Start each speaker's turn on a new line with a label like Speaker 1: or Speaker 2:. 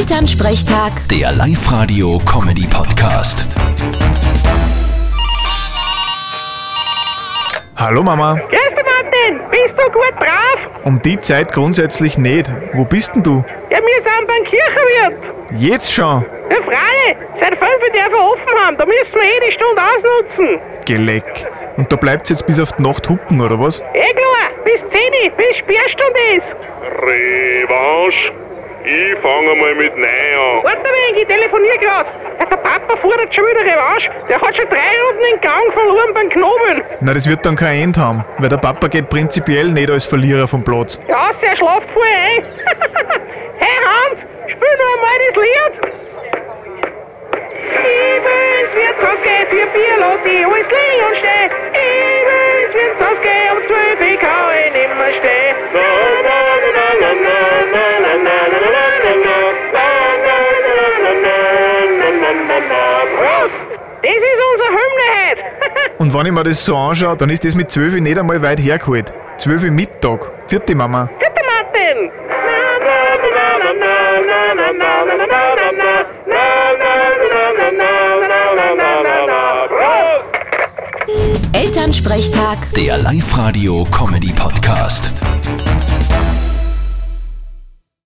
Speaker 1: Elternsprechtag,
Speaker 2: Der Live-Radio-Comedy-Podcast.
Speaker 3: Hallo Mama,
Speaker 4: Grüß dich, Martin! Bist du gut drauf?
Speaker 3: um die Zeit grundsätzlich nicht. Wo bist denn du?
Speaker 4: Ja, wir sind beim Kirchenwirt.
Speaker 3: Jetzt schon?
Speaker 4: Ja, Frage, seit fünf Uhr darf er offen haben, da müssen wir eh die Stunde ausnutzen.
Speaker 3: Geleck. Und da bleibt's jetzt bis auf die Nacht hucken, oder was?
Speaker 4: Eh klar, bis 10 Uhr, bis Sperrstunde ist.
Speaker 5: Revanche. Ich fange mal mit Nein an.
Speaker 4: Warte ein wenig, ich telefoniere grad. Ja, Der Papa fordert schon wieder Revanche, der hat schon drei Runden in Gang verloren beim Knobeln.
Speaker 3: Na, das wird dann kein End haben, weil der Papa geht prinzipiell nicht als Verlierer vom Platz.
Speaker 4: Ja, der schlaft voll ein. hey Hans, spiel noch einmal das Lied. Ich ins Wirtshaus gehen, für Bier lass ich alles liegen und stehen. Ich will ins Wirtshaus gehen, um zwölf, ich kann ich nimmer stehen.
Speaker 5: Na, na, na, na, na, na, na, na, na, na, na, na, na, na, na, na, na, na, na, na.
Speaker 4: Prost! Das ist unsere Hymne heute.
Speaker 3: Und wenn ich mir das so anschaue, dann ist das mit 12 nicht einmal weit hergeholt. 12 Uhr Mittag. Vierte Mama.
Speaker 4: Bitte Martin.
Speaker 1: Elternsprechtag.
Speaker 2: Der Live-Radio-Comedy-Podcast.